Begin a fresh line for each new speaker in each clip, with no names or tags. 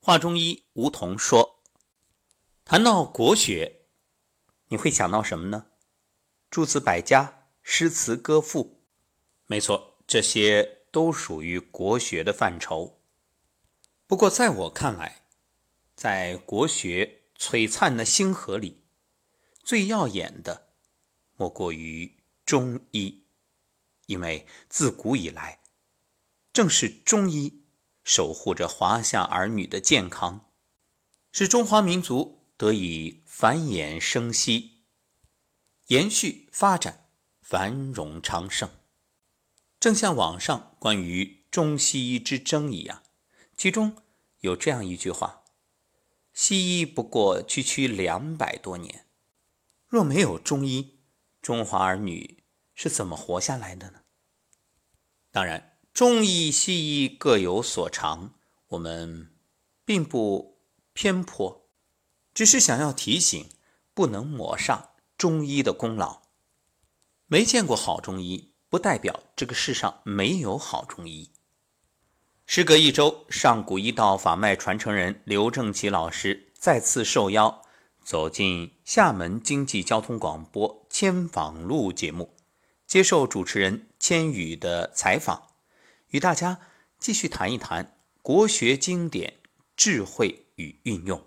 华中医吴桐说：“谈到国学，你会想到什么呢？诸子百家、诗词歌赋，没错，这些都属于国学的范畴。不过，在我看来，在国学璀璨的星河里，最耀眼的莫过于中医，因为自古以来，正是中医。”守护着华夏儿女的健康，使中华民族得以繁衍生息、延续发展、繁荣昌盛。正像网上关于中西医之争一样，其中有这样一句话：“西医不过区区两百多年，若没有中医，中华儿女是怎么活下来的呢？”当然。中医、西医各有所长，我们并不偏颇，只是想要提醒，不能抹煞中医的功劳。没见过好中医，不代表这个世上没有好中医。时隔一周，上古医道法脉传承人刘正奇老师再次受邀走进厦门经济交通广播《千访录》节目，接受主持人千羽的采访。与大家继续谈一谈国学经典智慧与运用。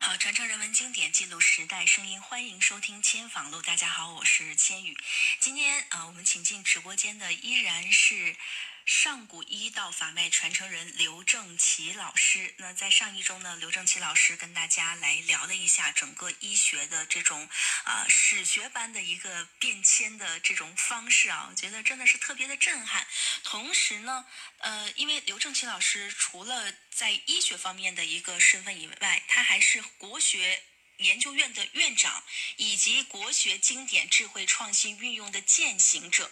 好，传承人文经典，记录时代声音，欢迎收听《千访录》。大家好，我是千羽。今天啊、呃，我们请进直播间的依然是上古医道法脉传承人刘正奇老师。那在上一周呢，刘正奇老师跟大家来聊了一下整个医学的这种啊、呃、史学般的一个变迁的这种方式啊，我觉得真的是特别的震撼。同时呢，呃，因为刘正奇老师除了在医学方面的一个身份以外，他还是国学研究院的院长，以及国学经典智慧创新运用的践行者。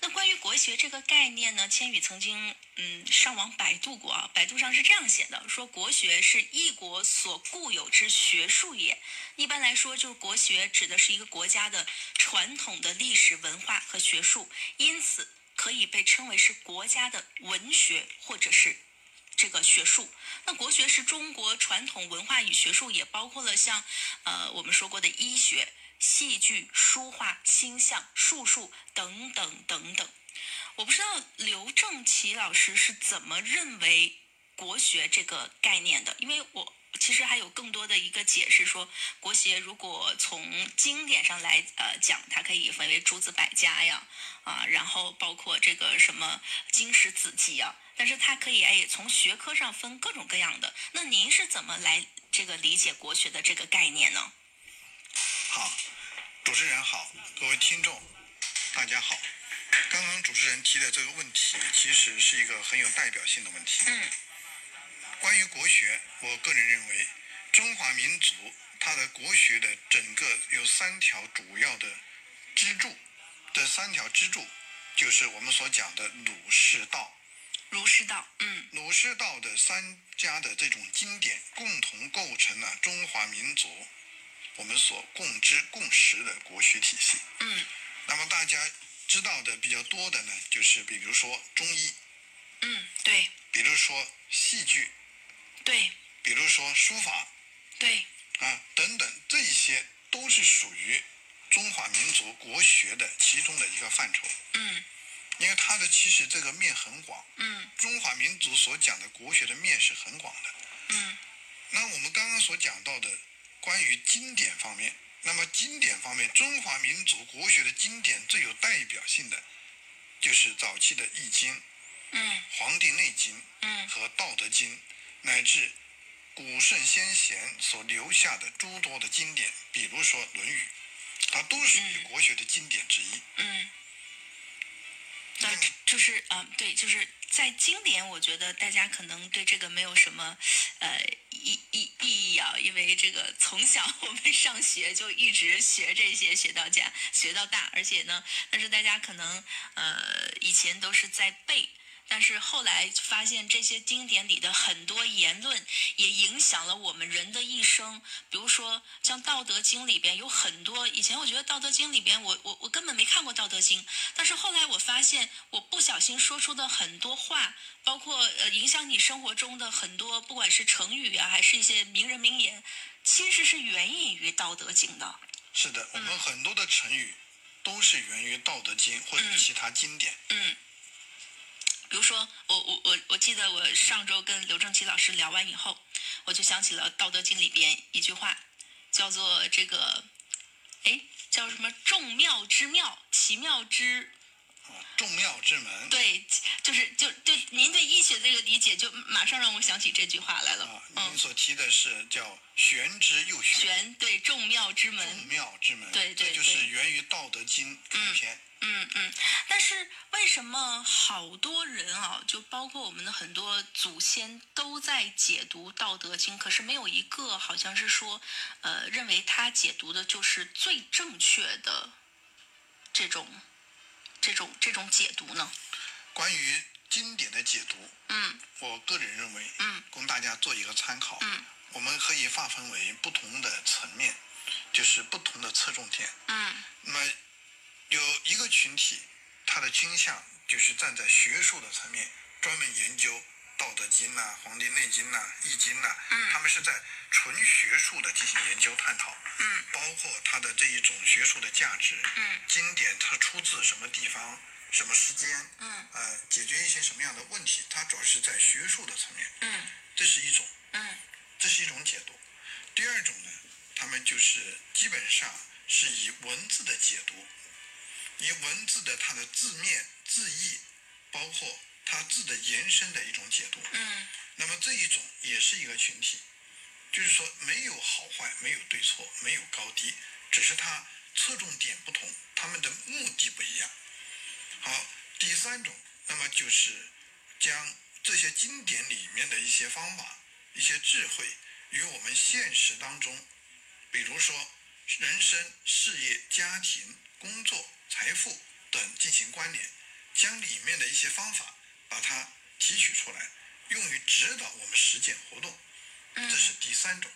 那关于国学这个概念呢，千羽曾经嗯上网百度过啊，百度上是这样写的，说国学是一国所固有之学术也。一般来说，就是国学指的是一个国家的传统的历史文化和学术，因此可以被称为是国家的文学或者是。这个学术，那国学是中国传统文化与学术，也包括了像，呃，我们说过的医学、戏剧、书画、星象、术数等等等等。我不知道刘正奇老师是怎么认为国学这个概念的，因为我其实还有更多的一个解释说，说国学如果从经典上来呃讲，它可以分为诸子百家呀，啊，然后包括这个什么经史子集啊。但是它可以哎，从学科上分各种各样的。那您是怎么来这个理解国学的这个概念呢？
好，主持人好，各位听众，大家好。刚刚主持人提的这个问题，其实是一个很有代表性的问题。
嗯。
关于国学，我个人认为，中华民族它的国学的整个有三条主要的支柱，这三条支柱就是我们所讲的儒释道。
儒释道，嗯，
儒释道的三家的这种经典，共同构成了中华民族我们所共知共识的国学体系。
嗯，
那么大家知道的比较多的呢，就是比如说中医，
嗯，对，
比如说戏剧，
对，
比如说书法，
对，
啊，等等，这些都是属于中华民族国学的其中的一个范畴。
嗯。
因为它的其实这个面很广，
嗯，
中华民族所讲的国学的面是很广的，
嗯。
那我们刚刚所讲到的关于经典方面，那么经典方面，中华民族国学的经典最有代表性的就是早期的《易经》、
嗯，
《黄帝内经》、
嗯
和《道德经》，乃至古圣先贤所留下的诸多的经典，比如说《论语》，它都属于国学的经典之一。
嗯。那就是啊、呃，对，就是在经典，我觉得大家可能对这个没有什么呃意意意义啊，因为这个从小我们上学就一直学这些，学到家，学到大，而且呢，但是大家可能呃以前都是在背。但是后来发现这些经典里的很多言论也影响了我们人的一生。比如说，像《道德经》里边有很多，以前我觉得《道德经》里边我我我根本没看过《道德经》，但是后来我发现我不小心说出的很多话，包括呃影响你生活中的很多，不管是成语啊，还是一些名人名言，其实是援引于《道德经》的。
是的，我
嗯
们很多的成语都是源于《道德经》或者
嗯
其他经典。
嗯，比如说，我我我我记得我上周跟刘正奇老师聊完以后，我就想起了《道德经》里边一句话，叫做这个，哎，叫什么“众妙之妙，奇妙之
啊，众妙之”，门
对，就是就就您对医学这个理解，就马上让我想起这句话来了
啊。，您
嗯，
所提的是叫玄之又玄，
玄对众妙之
众
门，
妙之门，
对对
这就
对
是源于《道德经》开篇。
嗯嗯。但是为什么好多人啊，就包括我们的很多祖先都在解读《道德经》，可是没有一个好像是说，呃，认为他解读的就是最正确的这种这种这种解读呢？
关于经典的解读，
嗯
我个人认为，
嗯，
供大家做一个参考。
嗯，
我们可以划分为不同的层面，就是不同的侧重点。
嗯
那么有一个群体，他的倾向就是站在学术的层面，专门研究《道德经》呐、黄帝内经》呐、易经》呐、他们是在纯学术的进行研究探讨，
嗯，
包括它的这一种学术的价值，
嗯，
经典它出自什么地方，什么时间，
嗯
呃，解决一些什么样的问题，它主要是在学术的层面，
嗯
这是一种。
嗯
这是一种解读。第二种呢，他们就是基本上是以文字的解读，以文字的它的字面、字义，包括它字的延伸的一种解读。
嗯
那么这一种也是一个群体，就是说没有好坏，没有对错，没有高低，只是它侧重点不同，他们的目的不一样。好，第三种，那么就是将这些经典里面的一些方法、一些智慧与我们现实当中，比如说人生、事业、家庭、工作、财富等进行关联，将里面的一些方法把它提取出来，用于指导我们实践活动。这是第三种。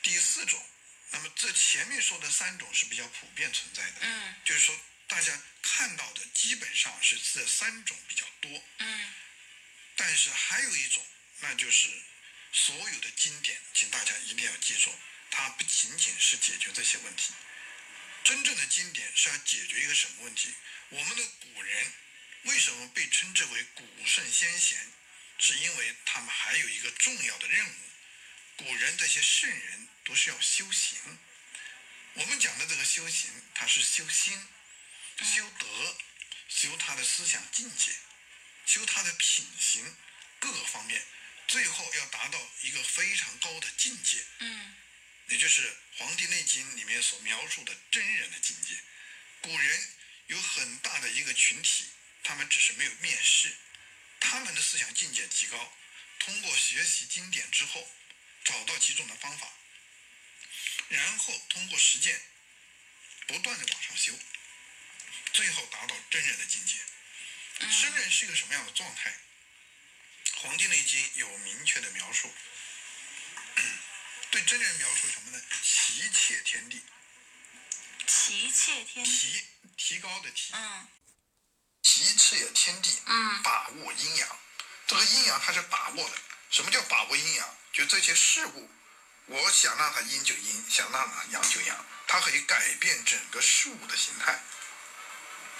第四种，那么这前面说的三种是比较普遍存在的，
嗯
就是说大家看到的基本上是这三种比较多，
嗯
但是还有一种，那就是所有的经典，请大家一定要记住，它不仅仅是解决这些问题。真正的经典是要解决一个什么问题？我们的古人为什么被称之为古圣先贤？是因为他们还有一个重要的任务。古人这些圣人都是要修行。我们讲的这个修行，它是修心、修德、修他的思想境界。修他的品行各个方面，最后要达到一个非常高的境界，
嗯
也就是《黄帝内经》里面所描述的真人的境界。古人有很大的一个群体，他们只是没有面试，他们的思想境界极高，通过学习经典之后，找到其中的方法，然后通过实践，不断的往上修，最后达到真人的境界。真人是一个什么样的状态？《黄帝内经》有明确的描述，对真人描述什么呢？提切天地，
其切天地
提提高的提，
嗯
提切天地，
嗯
把握阴阳。这个阴阳它是把握的。什么叫把握阴阳？就这些事物，我想让它阴就阴，想让它阳就阳，它可以改变整个事物的形态。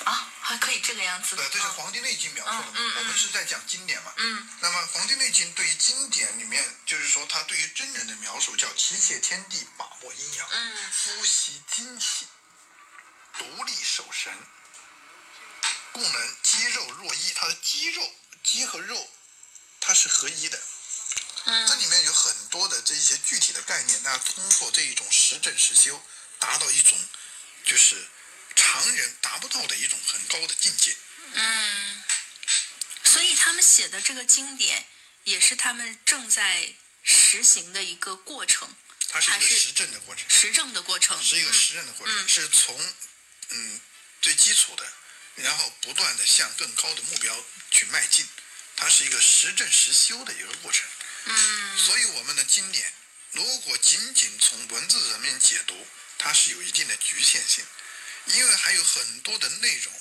啊，还可以这个样子的
对，这是《
嗯
黄帝内经》描述的嘛。
嗯嗯嗯
我们是在讲经典嘛。
嗯。
那么《黄帝内经》对于经典里面，就是说它对于真人的描述叫“提切天地，把握阴阳，
嗯
呼吸精气，独立守神，故能肌肉若一”。它的肌肉、肌和肉，它是合一的。这
嗯
里面有很多的这一些具体的概念，那通过这一种实证实修，达到一种就是常人达不到的一种很高的境界。
嗯，所以他们写的这个经典，也是他们正在实行的一个过程，
它是一
还
个
是
实证的过程，
实证的过程。
是一个实证的过程，
嗯
是从嗯最基础的，然后不断的向更高的目标去迈进，它是一个实证实修的一个过程。
嗯，
所以我们的经典如果仅仅从文字层面解读，它是有一定的局限性，因为还有很多的内容，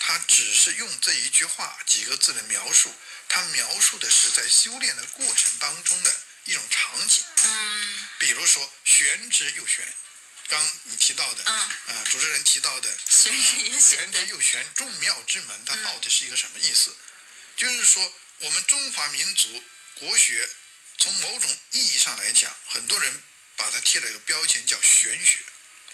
它只是用这一句话几个字的描述，它描述的是在修炼的过程当中的一种场景。
嗯
比如说玄之又玄，刚你提到的，
嗯
啊、主持人提到的
玄之又玄
玄之又玄，众妙之门，它
嗯
到底是一个什么意思？就是说，我们中华民族国学，从某种意义上来讲，很多人把它贴了一个标签叫玄学。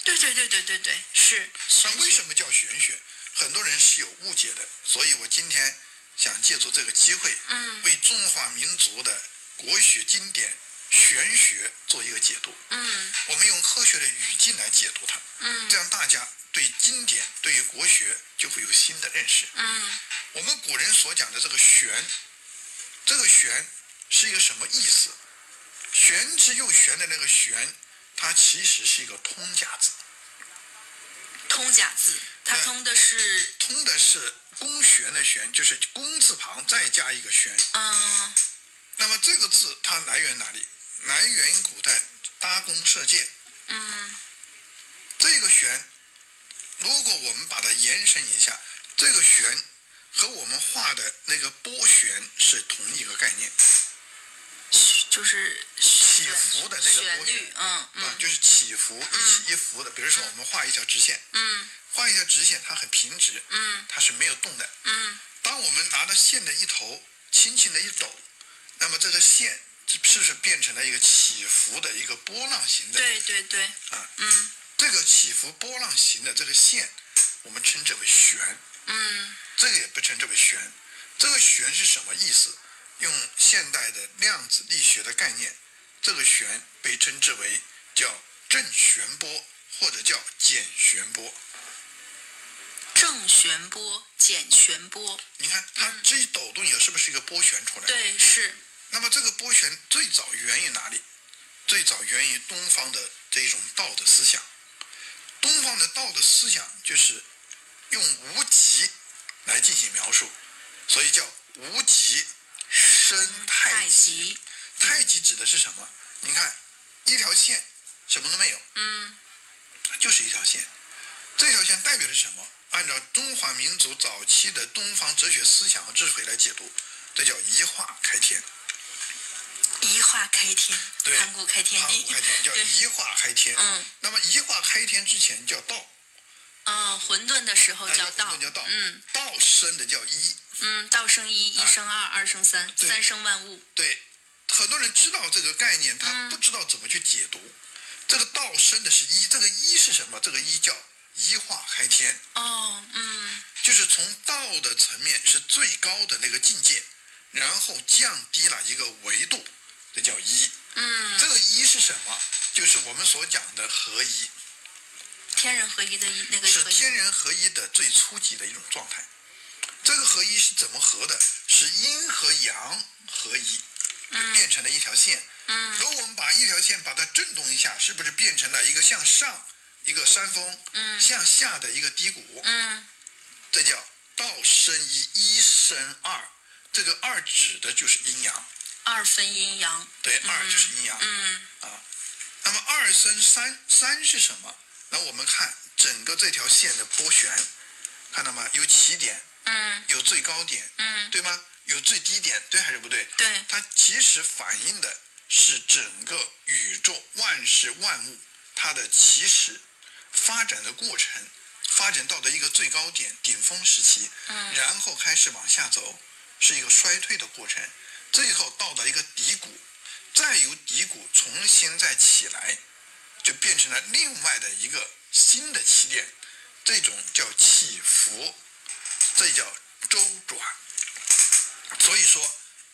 对对对对对对，是
那
玄
啊为
学，
什么叫玄学？很多人是有误解的，所以我今天想借助这个机会，
嗯
为中华民族的国学经典玄学做一个解读。
嗯
我们用科学的语境来解读它，
嗯
这样大家对经典、对于国学就会有新的认识。
嗯
我们古人所讲的这个“玄”，这个“玄”是一个什么意思？“玄之又玄”的那个“玄”，它其实是一个通假字，
通假字，它
嗯
通的是
通的是公玄的“玄”，就是公字旁再加一个“玄”。
嗯
那么这个字它来源哪里？来源于古代搭弓射箭。
嗯
这个弦，如果我们把它延伸一下，这个弦和我们画的那个波旋是同一个概念，
就是
起
起
伏的那个
旋
波
律
旋，，
嗯
啊，
嗯
就是起伏一起一伏的。比如说，我们画一条直线，
嗯
画一条直线，它很平直，
嗯
它是没有动的。
嗯
当我们拿到线的一头，轻轻的一抖，那么这个线是不是变成了一个起伏的一个波浪形的？
对对对
啊，
嗯
这个起伏波浪形的这个线，我们称之为旋。
嗯
这个也被称之为玄。这个玄是什么意思？用现代的量子力学的概念，这个玄被称之为叫正弦波或者叫减弦波。
正弦波减弦波，
你看它这一抖动以后，是不是一个波旋出来？
对是
那么这个波旋最早源于哪里？最早源于东方的这种道的思想。东方的道的思想就是用无极来进行描述，所以叫无极生太极。
极，
太极指的是什么？你看，一条线，什么都没有，
嗯
就是一条线。这条线代表着什么？按照中华民族早期的东方哲学思想和智慧来解读，这叫一化开天。
一化开天，
对
盘古开天
盘
地
古开啊天，叫
对，
一化开天。
嗯
那么一化开天之前叫道，
嗯，混沌的时候
大家
叫
混
道
沌叫道，，
嗯
道生的叫一，
嗯，道生一，一生二，二生三，
对
三生万物，
对，很多人知道这个概念，他
嗯
不知道怎么去解读。这个道生的是一，这个一是什么？这个一叫一化开天。
哦，嗯
就是从道的层面是最高的那个境界，然后降低了一个维度，这叫一。
嗯，
这个一是什么？就是我们所讲的合一，
天人合一的一那个
是
合一，
天人合一的最初级的一种状态。这个合一是怎么合的？是阴和阳合一，就变成了一条线。
嗯
如果我们把一条线把它震动一下，是不是变成了一个向上一个山峰，
嗯
向下的一个低谷？
嗯
这叫道生一，一生二。这个二指的就是阴阳，
二分阴阳，
对，二就是阴阳。
嗯
那么二生三，三是什么？那我们看整个这条线的波旋，看到吗？有起点，
嗯
有最高点，
嗯，
对吗？有最低点，对还是不对？
对，
它其实反映的是整个宇宙万事万物它的起始发展的过程，发展到的一个最高点顶峰时期，
嗯
然后开始往下走，是一个衰退的过程，最后到达一个低谷，再由低谷重新再起来，就变成了另外的一个新的起点，这种叫起伏，这叫周转。所以说，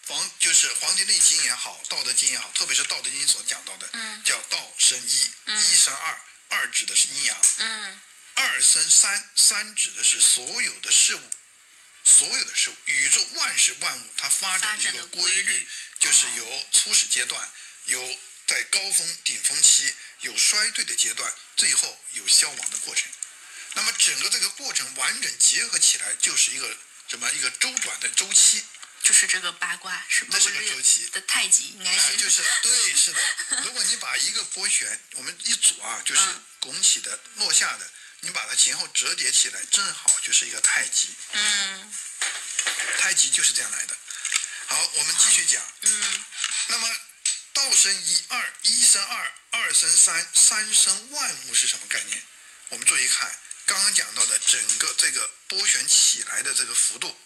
黄就是《黄帝内经》也好，《道德经》也好，特别是《道德经》所讲到的，
嗯
叫道生一，一生二，二指的是阴阳，
嗯
二生三，三指的是所有的事物，所有的事物，宇宙万事万物它发展的一
发展
个
的
规
规
律
律，
就是由初始阶段，有在高峰顶峰期，有衰退的阶段，最后有消亡的过程。那么整个这个过程完整结合起来，就是一个这么一个周转的周期。
就是这个八卦是不
这是个周期
的太极应该
啊，
是，
就是对，是的。如果你把一个拨弦，我们一组啊，就是
嗯
拱起的、落下的，你把它前后折叠起来，正好就是一个太极。
嗯
太极就是这样来的。好，我们继续讲。
嗯
那么道生一，二一生二，二生三，三生万物是什么概念？我们注意看，刚刚讲到的整个这个拨旋起来的这个幅度，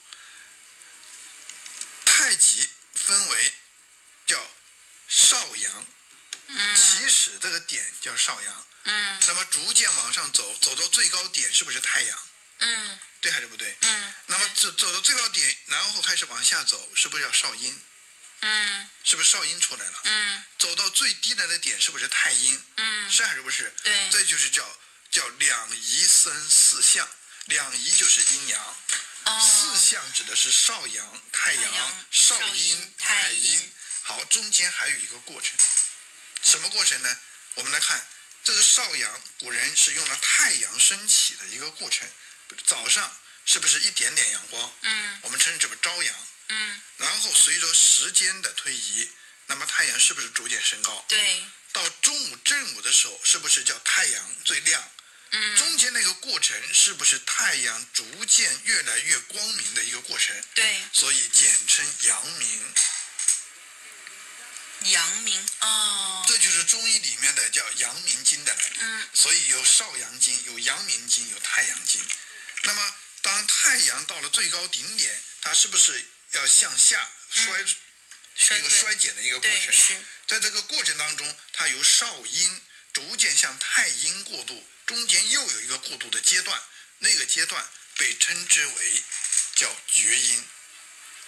太极分为叫少阳，起始这个点叫少阳，
嗯
那么逐渐往上走，走到最高点是不是太阳？
嗯
对还是不对？
嗯
那么走走到最高点，然后开始往下走，是不是叫少阴？
嗯
是不是少阴出来了？
嗯
走到最低的那点是不是太阴？
嗯，
是还是不是？
对
这就是叫叫两仪生四象。两仪就是阴阳，四
哦，
象指的是少阳、太
太阳
阳、少
少阴
阴、
太
太
阴
阴。好，中间还有一个过程，什么过程呢？我们来看，这个少阳，古人是用了太阳升起的一个过程。早上是不是一点点阳光？
嗯
我们称之为朝阳。
嗯，
然后随着时间的推移，那么太阳是不是逐渐升高？
对，
到中午正午的时候，是不是叫太阳最亮？
嗯
中间那个过程是不是太阳逐渐越来越光明的一个过程？
对，
所以简称阳明，
阳明哦，
这就是中医里面的叫阳明经的来历。
嗯
所以有少阳经，有阳明经，有太阳经。那么当太阳到了最高顶点，它是不是要向下衰？
嗯衰
一个
退
衰减的一个过
对
程，
是，
在这个过程当中，它由少阴逐渐向太阴过渡，中间又有一个过渡的阶段，那个阶段被称之为叫厥阴，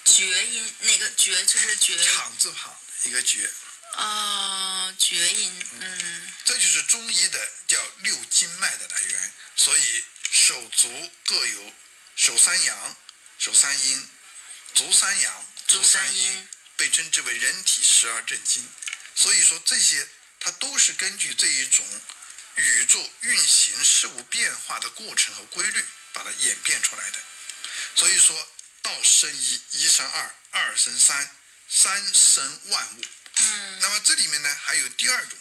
厥阴那个厥就是厥
厂字旁一个厥，
哦，厥阴，嗯
这就是中医的叫六经脉的来源。所以手足各有手三阳、手三阴、足三阳、
足三
阴
阴，
被称之为人体十二正经。所以说这些它都是根据这一种宇宙运行事物变化的过程和规律，把它演变出来的。所以说，道生一，一生二，二生三，三生万物。
嗯
那么这里面呢，还有第二种，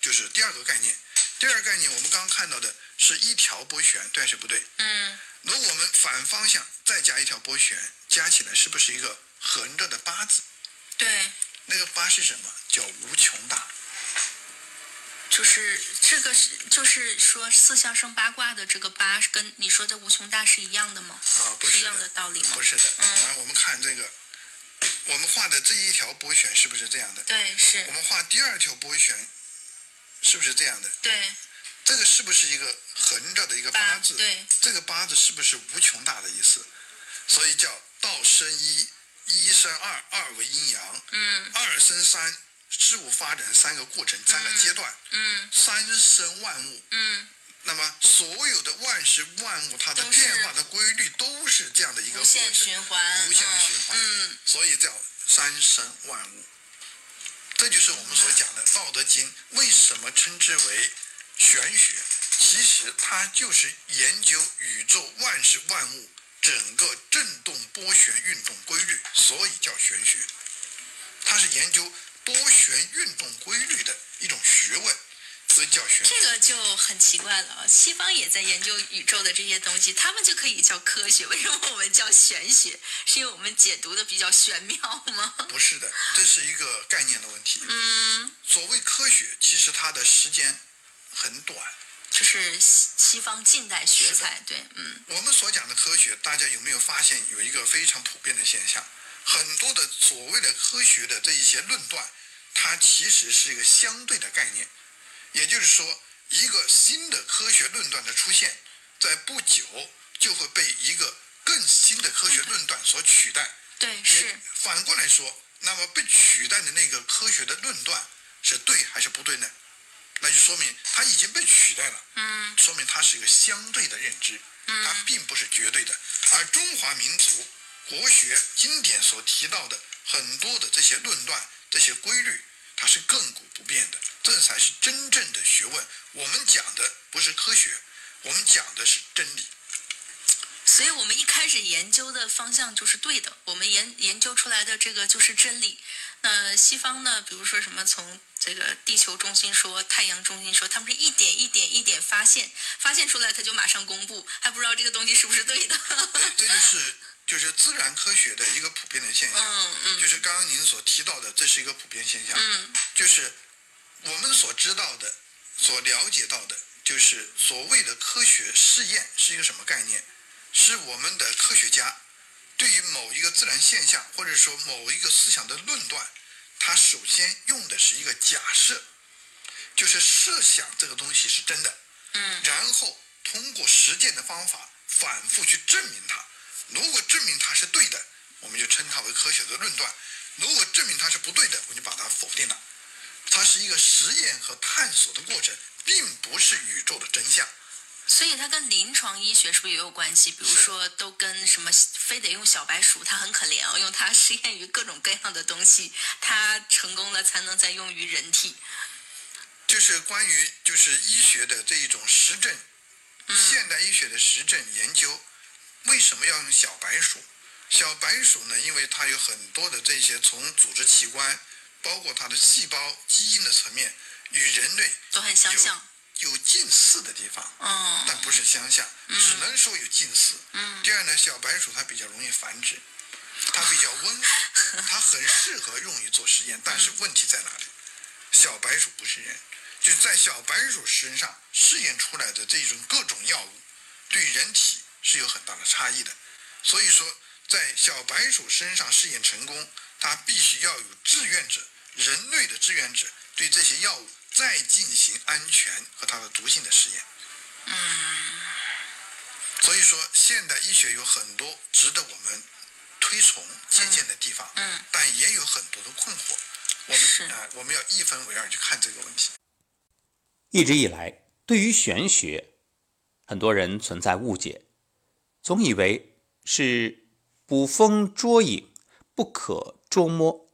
就是第二个概念。第二个概念我们刚刚看到的是一条拨弦，对还是不对？
嗯，
如果我们反方向再加一条拨弦，加起来是不是一个横着的八字？
对，
那个八是什么？叫无穷大。
就是这个是就是说四象生八卦的这个八是跟你说的无穷大是一样的吗？
啊不
是
是
一
的
样的道理吗
不？是的，
嗯
来我们看这个，我们画的这一条拨弦是不是这样的？
对，
我
是，
们画第二条拨弦是不是这样的？
对，
这个是不是一个横着的一个
八
八字？
对，
这个八字是不是无穷大的意思？所以叫道生一，一生二，二为阴阳，
嗯
二生三，事物发展三个过程，三个阶段，
嗯
三生万物。
嗯，
那么所有的万事万物，它的
都是
变化的规律都是这样的一个
无
过程，
限循环，
无限的循环
嗯
所以叫三生万物。这就是我们所讲的《道德经》为什么称之为玄学，其实它就是研究宇宙万事万物整个振动波旋运动规律，所以叫玄学。它是研究波旋运动规律的一种学问，所以叫玄学。
这个就很奇怪了啊。西方也在研究宇宙的这些东西，他们就可以叫科学，为什么我们叫玄学？是因为我们解读的比较玄妙吗？
不是的，这是一个概念的问题。
嗯，
所谓科学，其实它的时间很短。
就是西西方近代学
是的
才，对，嗯
我们所讲的科学，大家有没有发现有一个非常普遍的现象？很多的所谓的科学的这一些论断，它其实是一个相对的概念。也就是说，一个新的科学论断的出现，在不久就会被一个更新的科学论断所取代。
对是
也。反过来说，那么被取代的那个科学的论断是对还是不对呢？那就说明它已经被取代了。
嗯
说明它是一个相对的认知，
嗯
它并不是绝对的。而中华民族国学经典所提到的很多的这些论断、这些规律，它是亘古不变的，这才是真正的 学问。我们讲的不是科学，我们讲的是真理。
所以我们一开始研究的方向就是对的，我们研研究出来的这个就是真理。那西方呢，比如说什么从这个地球中心说、太阳中心说，他们是一点一点一点发现，发现出来他就马上公布，还不知道这个东西是不是对的。
对，这就是就是自然科学的一个普遍的现象，
嗯嗯
就是刚刚您所提到的，这是一个普遍现象，
嗯
就是我们所知道的、所了解到的，就是所谓的科学试验是一个什么概念？是我们的科学家对于某一个自然现象或者说某一个思想的论断，他首先用的是一个假设，就是设想这个东西是真的，
嗯
然后通过实践的方法反复去证明它。如果证明它是对的，我们就称它为科学的论断；如果证明它是不对的，我们就把它否定了。它是一个实验和探索的过程，并不是宇宙的真相。
所以它跟临床医学是不是也有关系？比如说，都跟什么非得用小白鼠，它很可怜哦，用它试验于各种各样的东西，它成功了才能再用于人体。
就是关于就是医学的这一种实证，现代医学的实证研究，为什么要用小白鼠？小白鼠呢，因为它有很多的这些从组织器官，包括它的细胞、基因的层面，与人类
都很相像。
有近似的地方，
嗯
但不是相像，只能说有近似。
嗯
第二呢，小白鼠它比较容易繁殖，它比较温和，它很适合用于做实验。但是问题在哪里？小白鼠不是人，就是在小白鼠身上试验出来的这种各种药物，对人体是有很大的差异的。所以说，在小白鼠身上试验成功，它必须要有志愿者，人类的志愿者对这些药物再进行安全和它的毒性的实验。
嗯
所以说，现代医学有很多值得我们推崇借鉴的地方，
嗯嗯
但也有很多的困惑。我
是
们啊、我们要一分为二去看这个问题。
一直以来，对于玄学，很多人存在误解，总以为是捕风捉影、不可捉摸，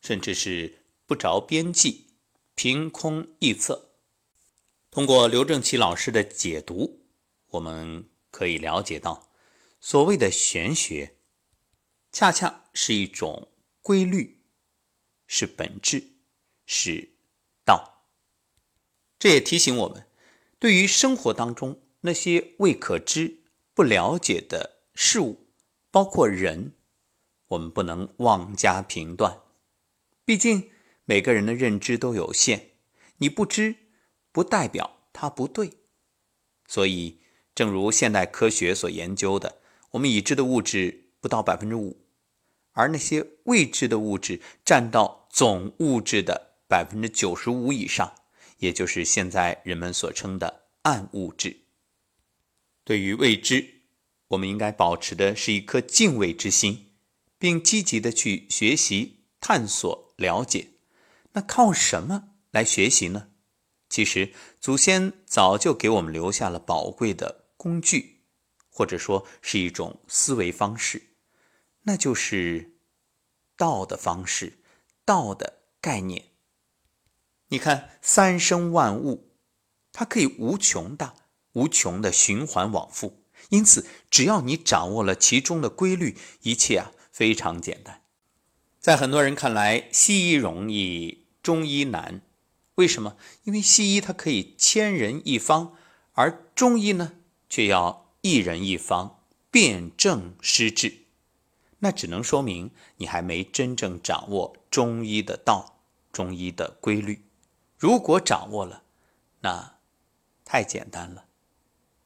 甚至是不着边际、凭空臆测。通过刘正奇老师的解读，我们可以了解到，所谓的玄学，恰恰是一种规律，是本质，是道。这也提醒我们，对于生活当中那些未可知、不了解的事物，包括人，我们不能妄加评断。毕竟每个人的认知都有限，你不知不代表它不对。所以，正如现代科学所研究的，我们已知的物质不到百分之五，而那些未知的物质占到总物质的百分之九十五以上，也就是现在人们所称的暗物质。对于未知，我们应该保持的是一颗敬畏之心，并积极的去学习、探索、了解。那靠什么来学习呢？其实，祖先早就给我们留下了宝贵的工具，或者说是一种思维方式。那就是道的方式，道的概念。你看，三生万物，它可以无穷大、无穷的循环往复。因此，只要你掌握了其中的规律，一切啊非常简单。在很多人看来，西医容易，中医难。为什么？因为西医它可以千人一方，而中医呢却要一人一方，辩证施治。那只能说明你还没真正掌握中医的道、中医的规律。如果掌握了，那太简单了。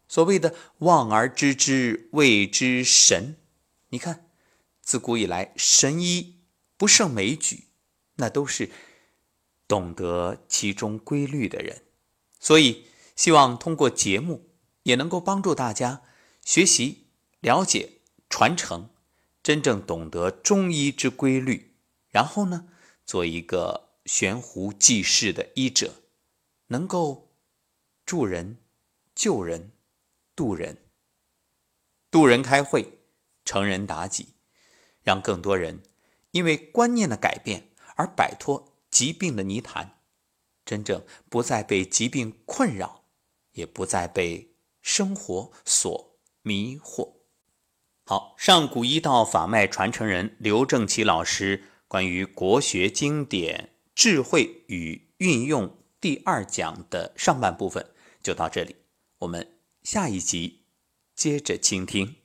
所谓的“望而知之，谓之神”，你看，自古以来神医不胜枚举，那都是懂得其中规律的人。所以，希望通过节目也能够帮助大家学习、了解、传承，真正懂得中医之规律，然后呢，做一个悬壶济世的医者，能够助人、救人、渡人，渡人开会，成人达己，让更多人因为观念的改变而摆脱疾病的泥潭。真正不再被疾病困扰，也不再被生活所迷惑。好，上古医道法脉传承人刘正奇老师关于国学经典智慧与运用第二讲的上半部分就到这里，我们下一集接着倾听。